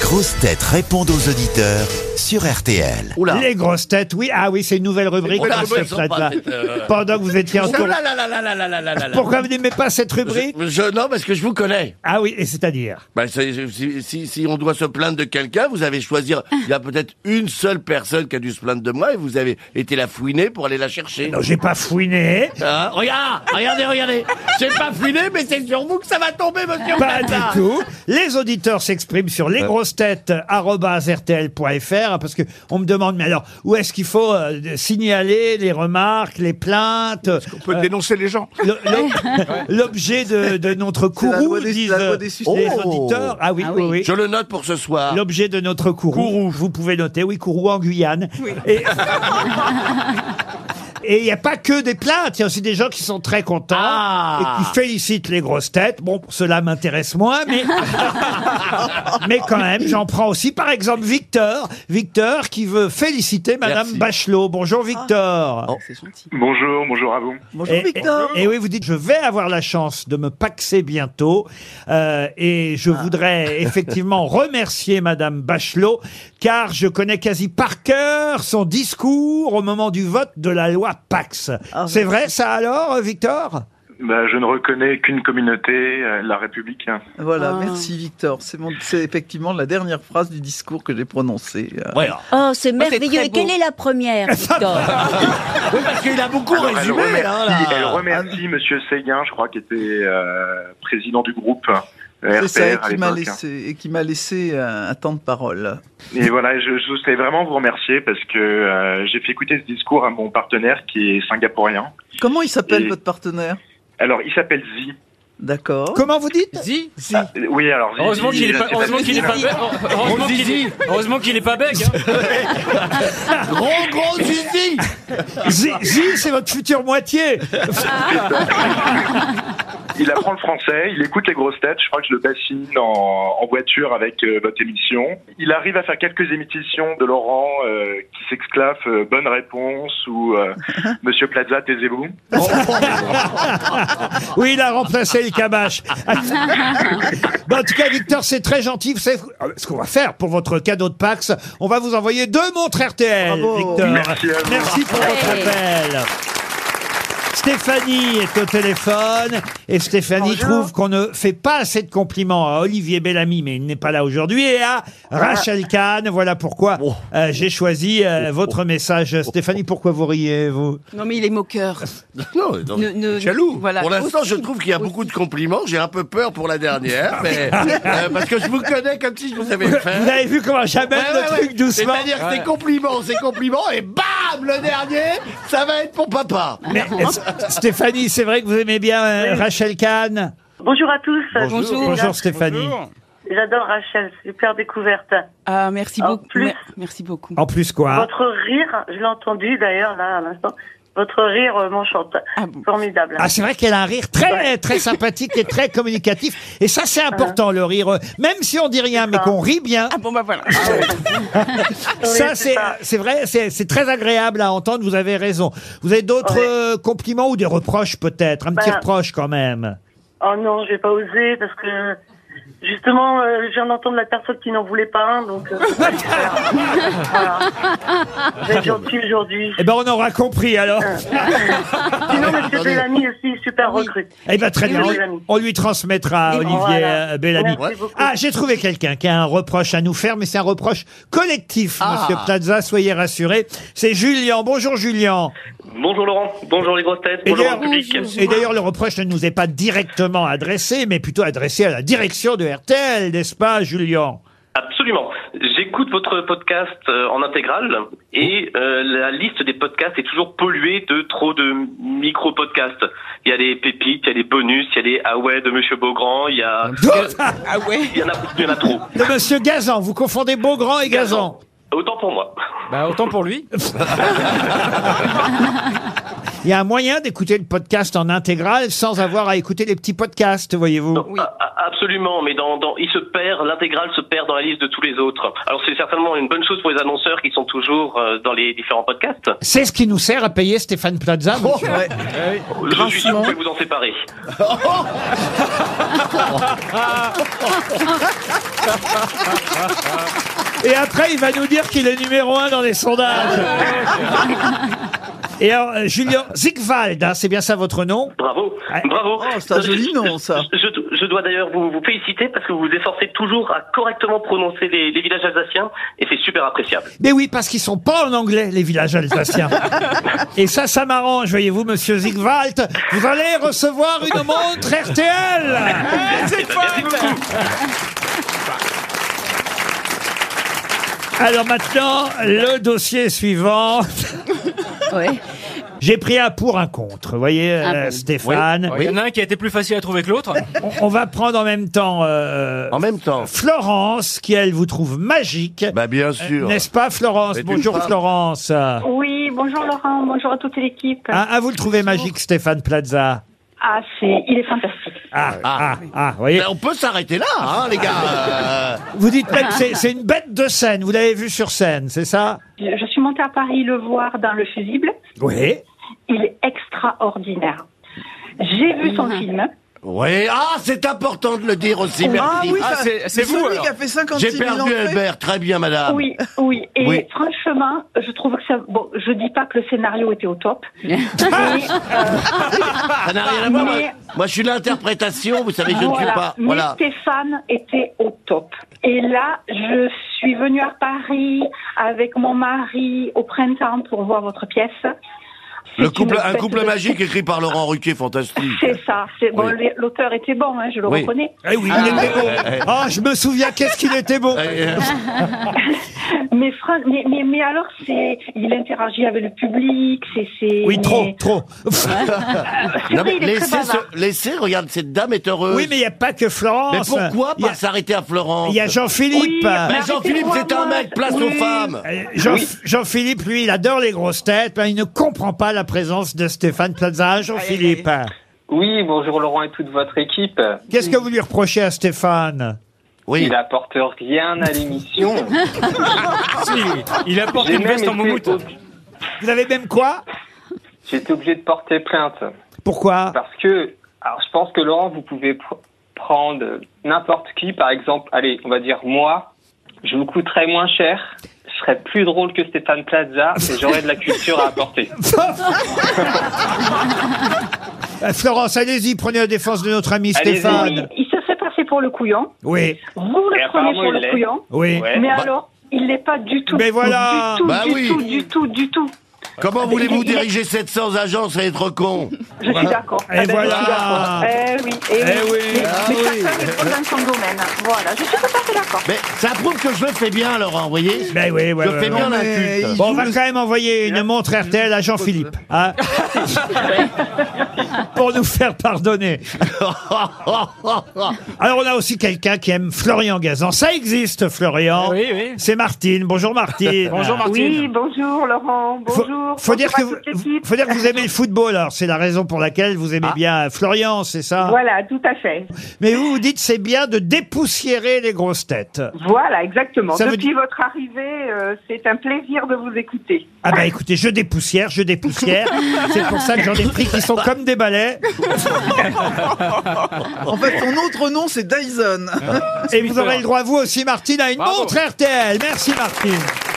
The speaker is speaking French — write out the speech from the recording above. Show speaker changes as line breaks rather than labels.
grosses têtes répondent aux auditeurs sur RTL.
Hein.
Oula.
Les grosses têtes, oui. Ah oui, c'est une nouvelle rubrique.
Oula,
monsieur
elles sont pas
Fradla.
cette, euh,
Pendant que vous étiez en
Oh
tournée.
là là là là là là là là là là.
Pourquoi vous n'aimez pas cette rubrique
Je- je- Non, parce que je vous connais.
Ah oui, et c'est-à-dire
Bah, c'est- je- si, si- si on doit se plaindre de quelqu'un, vous avez choisi. Il y a peut-être une seule personne qui a dû se plaindre de moi et vous avez été la fouiner pour aller la chercher.
Non, j'ai pas fouiné.
Hein regarde, regardez, regardez. J'ai pas fouiné, mais c'est sur vous que ça va tomber, monsieur
Pas du
Plaza.
Ah.
tout. Les auditeurs s'expriment sur lesgrossetêtes.rtl.fr parce que on me demande, mais alors, où est-ce qu'il faut euh, signaler les remarques, les plaintes euh,
On peut dénoncer les gens.
Le- le- L'objet de, de notre
la
courroux,
loi des-
disent
la loi
euh,
des
les
suspects.
Oh.
auditeurs. Ah oui, oui, oui.
Je le note pour ce soir.
L'objet de notre courroux. Vous pouvez noter, oui, courroux en Guyane. Et Et il n'y a pas que des plaintes, il y a aussi des gens qui sont très contents
Ah.
et qui félicitent les grosses têtes. Bon, cela m'intéresse moins, mais mais quand même, j'en prends aussi. Par exemple, Victor, Victor qui veut féliciter Madame
Merci.
Bachelot. Bonjour Victor.
Oh.
C'est gentil.
Bonjour, bonjour à vous.
Bonjour
Et-
Victor.
Et, et eh, oui, vous dites, je vais avoir la chance de me paxer bientôt. Euh, et je voudrais effectivement remercier Madame Bachelot, car je connais quasi par cœur son discours au moment du vote de la loi Pax. C'est vrai ça alors, Victor
Bah, je ne reconnais qu'une communauté, euh, la République.
Voilà,
Ah.
merci Victor. C'est mon- c'est effectivement la dernière phrase du discours que j'ai prononcée. Euh,
Ouais, alors.
Oh, c'est merveilleux.
très
Et quelle
beau.
est la première, Victor
Oui, parce qu'il a beaucoup
Ah,
Alors, elle
résumé.
remercie,
hein, là.
elle remercie
Ah.
Monsieur Séguin, je crois, qui était euh, président du groupe euh,
C'est ça, et
RPR à
qui m'a
l'époque.
laissé, et qui m'a laissé euh, un temps de parole.
Et voilà, je, je voulais vraiment vous remercier parce que euh, j'ai fait écouter ce discours à mon partenaire qui est singapourien.
Comment il s'appelle
Et-
votre partenaire
Alors, il s'appelle Zi.
D'accord.
Comment vous dites
Zi
Ah, oui, alors Zi.
Heureusement qu'il est pas,
c'est
heureusement qu'il est pas,
facile.
heureusement qu'il est, heureusement qu'il est pas hein. bègue. hein.
Gros, gros Zizi.
Zi, Zi, c'est votre future moitié.
Il apprend le français, il écoute les grosses têtes. Je crois que je le bassine en, en voiture avec euh, votre émission. Il arrive à faire quelques émissions de Laurent euh, qui s'exclave euh, Bonne réponse ou euh, Monsieur Plaza, taisez-vous.
Oui, il a remplacé le cabache. Bon, en tout cas, Victor, c'est très gentil. Vous savez ah, ce qu'on va faire pour votre cadeau de Pax. On va vous envoyer deux montres RTL,
Bravo.
Victor.
Merci à vous.
Merci pour votre
Ouais.
appel. Stéphanie est au téléphone et Stéphanie trouve qu'on ne fait pas assez de compliments à Olivier Bellamy, mais il n'est pas là aujourd'hui, et à Rachel Kahn. Voilà pourquoi euh, j'ai choisi euh, votre message. Stéphanie, pourquoi vous riez, vous
Non, mais il est moqueur.
Non, non,
Ne- ne-
jaloux.
voilà,
pour l'instant,
aussi,
je trouve qu'il y a beaucoup de compliments. J'ai un peu peur pour la dernière, mais euh, parce que je vous connais comme si je vous avais fait.
Vous avez vu comment j'amène
Ouais,
Eh ben, le
ouais,
truc
ouais.
doucement
C'est-à-dire que c'est compliment, c'est compliment, et bam, le dernier, ça va être pour papa.
Mais euh, Stéphanie, c'est vrai que vous aimez bien euh, Rachel Kahn
Bonjour à tous.
Bonjour, Stéphanie.
J'adore Rachel, super découverte.
Ah, merci
En
beaucoup.
plus-
Mer- Merci beaucoup.
En plus quoi hein.
Votre rire, je l'ai entendu d'ailleurs là à l'instant. Votre rire euh, m'enchante.
Ah bon.
Formidable.
Ah, c'est vrai qu'elle a un rire très, très sympathique et très communicatif. Et ça,
Euh.
c'est important, le rire. Même si on dit rien, mais qu'on rit bien,
Ah bon, bah voilà.
Ah, Oui,
ça, c'est,
ça.
c'est vrai, c'est, c'est très agréable à entendre, vous avez raison. Vous avez d'autres
Ouais.
euh, compliments ou des reproches, peut-être? Un petit
Bah.
reproche, quand même.
Oh non, j'ai pas osé parce que justement, euh, je viens d'entendre la personne qui n'en voulait pas un, donc. euh, c'est pas super. voilà. Vous êtes gentil aujourd'hui.
Eh ben, on aura compris, alors.
Euh.
Ah,
Sinon, Monsieur
attendez.
Bellamy aussi super recrue.
Eh ben, très bien.
Oui,
On,
Bellamy.
on lui transmettra, Olivier
Voilà.
euh, Bellamy.
Merci beaucoup.
Ah, j'ai trouvé quelqu'un qui a un reproche à nous faire, mais c'est un reproche collectif,
Ah.
monsieur Plaza, soyez rassurés. C'est Julien. Bonjour, Julien.
Bonjour Laurent, bonjour les grosses têtes,
Et
bonjour
d'ailleurs-
le public.
Et d'ailleurs, le reproche ne nous est pas directement adressé, mais plutôt adressé à la direction de RTL, n'est-ce pas, Julien
Absolument. J'écoute votre podcast euh, en intégrale et euh, la liste des podcasts est toujours polluée de trop de micro-podcasts. Il y a les pépites, il y a les bonus, il y a les ah ouais de Monsieur Beaugrand, il y a...
Ah
De
Il y en a, il y en a trop.
monsieur Gazan. Vous confondez Beaugrand et Gazan.
Autant pour moi.
Bah, autant pour lui.
Il y a un moyen d'écouter le podcast en intégrale sans avoir à écouter les petits podcasts, voyez-vous.
A- a- Ah, Absolument, mais dans, dans, il se perd, l'intégrale se perd dans la liste de tous les autres. Alors c'est certainement une bonne chose pour les annonceurs qui sont toujours euh, dans les différents podcasts.
C'est ce qui nous sert à payer Stéphane Plaza. monsieur.
Ouais.
Je suis sûr que
Franchement.
vous pouvez vous en séparer.
Et après, il va nous dire qu'il est numéro un dans les sondages. Et alors, euh, Julien Ziegwald, hein, c'est bien ça votre nom
Bravo, bravo.
Ah, oh, c'est un
Je-
joli
je-
nom, ça.
Je, je- je dois d'ailleurs vous, vous féliciter parce que vous vous efforcez toujours à correctement prononcer les, les villages alsaciens et c'est super appréciable.
Mais oui, parce qu'ils sont pas en anglais, les villages alsaciens. Et ça, ça m'arrange, voyez-vous, monsieur Ziegwald. Vous allez recevoir une montre RTL
Eh,
Merci beaucoup.
Alors maintenant, le dossier suivant.
Ouais.
J'ai pris un pour, un contre, vous voyez,
Ah
euh,
bon.
Stéphane.
Il y en a un qui a été plus facile à trouver que l'autre.
On, on va prendre en même temps euh,
En même temps.
Florence, qui, elle, vous trouve magique.
Bah bien
Euh,
sûr.
N'est-ce pas, Florence
C'est une
Bonjour,
femme.
Florence. Ah,
Oui, bonjour Laurent, bonjour à toute l'équipe.
ah, vous le trouvez magique, Stéphane Plaza
Ah, c'est, il est fantastique.
Ah, ah, ah, vous voyez.
Ben, on peut s'arrêter là, hein, les gars. Euh,
Vous dites même que c'est- c'est une bête de scène. Vous l'avez vu sur scène, c'est ça
Je je suis montée à Paris le voir dans Le Fusible.
Oui.
Il est extraordinaire. J'ai vu son film.
Oui, ah, c'est important de le dire aussi. Merci.
Ah,
ça-
c'est- c'est vous,
celui
alors.
qui a fait 56
J'ai
000
perdu
entrées.
Albert, très bien, madame.
Oui,
Ah.
oui. Et
Oui.
franchement, je trouve que ça. Bon, je dis pas que le scénario était au top.
Ah.
mais,
Ça n'a rien à voir.
Ah, Mais-
Moi, moi, je suis l'interprétation, vous savez, je ne suis pas.
Mais
Voilà.
Stéphane était au top. Et là, je suis venue à Paris avec mon mari au printemps pour voir votre pièce. C'est
Le couple,
une
un
espèce
couple
de-
magique écrit par Laurent Ruquier, fantastique.
C'est ça. C'est bon.
Oui.
L'auteur était bon, hein, je le
Oui.
reconnais.
Eh oui, il était bon. Ah, je me souviens, qu'est-ce qu'il était bon.
Euh,
Mais, Fran- mais, mais, mais alors, c'est, il interagit avec le public. C'est, c'est.
Oui,
mais-
trop, trop.
C'est
non,
vrai,
mais
il est très
laissez,
bavard.
ce- laissez, regarde, cette dame est heureuse.
Oui, mais il n'y a pas que
Euh, Mais
Florence.
pourquoi
Il y a-
pas s'arrêter à Florence
Il y a
Oui,
Jean-Philippe.
Mais Jean-Philippe,
Arrêtez-moi,
c'est un
Ah, moi.
mec, place aux
Oui.
femmes.
Euh, Jean- Jean-Philippe, lui, il adore les grosses têtes. mais il ne comprend pas la présence de Stéphane Plaza. Hein, Jean-Philippe,
Oui, bonjour Laurent et toute votre équipe.
qu'est-ce que vous lui reprochez à Stéphane
Oui.
Il apporte rien à l'émission.
Si, il apporte
J'ai
une
même
veste en
été
moumoute.
ob-
Vous avez même quoi
J'ai été obligé de porter plainte
Pourquoi
parce que, alors je pense que Laurent, vous pouvez pr- prendre n'importe qui, par exemple, allez, on va dire moi, je vous coûterais moins cher, je serais plus drôle que Stéphane Plaza et j'aurais de la culture à apporter.
Euh, Florence, allez-y, prenez la défense de notre ami
Allez-y.
Il,
Stéphane.
il se fait passer pour le couillon.
Oui,
Vous le prenez
apparemment,
pour
il
le
l'est.
couillon.
oui.
Ouais.
Mais
Bah-
alors, il n'est pas du tout.
Mais voilà.
Du tout,
Bah
du
oui.
tout, du tout, du tout.
Comment voulez-vous
Il est-
diriger 700 agences à être con
Je suis d'accord.
Et voilà. Ah.
Je suis d'accord. Eh oui, eh oui.
Eh oui,
Mais,
ah
mais
oui.
chacun est pro dans son domaine. Voilà, je suis tout à fait d'accord.
Mais ça prouve que je le fais bien, Laurent, vous voyez
Ben oui, ouais,
Je
ouais,
fais
ouais.
bien
Mais
l'inculte.
il-
Bon, on va quand même envoyer une montre RTL à Jean-Philippe. hein. Pour nous faire pardonner. Alors, on a aussi quelqu'un qui aime Florian Gazan. Ça existe, Florian.
Oui, oui. Ah.
C'est Martine. Bonjour, Martine.
Bonjour
Oui,
Martine.
bonjour Laurent,
Faut,
bonjour.
faut
bonjour
dire
à
que vous,
toute l'équipe.
faut dire que vous aimez le football, alors c'est la raison pour laquelle vous
Ah.
aimez bien Florian, c'est ça
Voilà, tout à fait.
Mais vous vous dites c'est bien de dépoussiérer les grosses têtes.
Voilà, exactement.
Ça veut
Depuis
dire-
votre arrivée, euh, c'est un plaisir de vous écouter.
Ah bah écoutez, je dépoussière, je dépoussière. c'est pour ça que j'en ai pris qui sont comme des balais.
En fait, son autre nom, c'est Dyson.
Et vous aurez le droit, vous aussi, Martine, à une
Bravo.
montre RTL. Merci, Martine.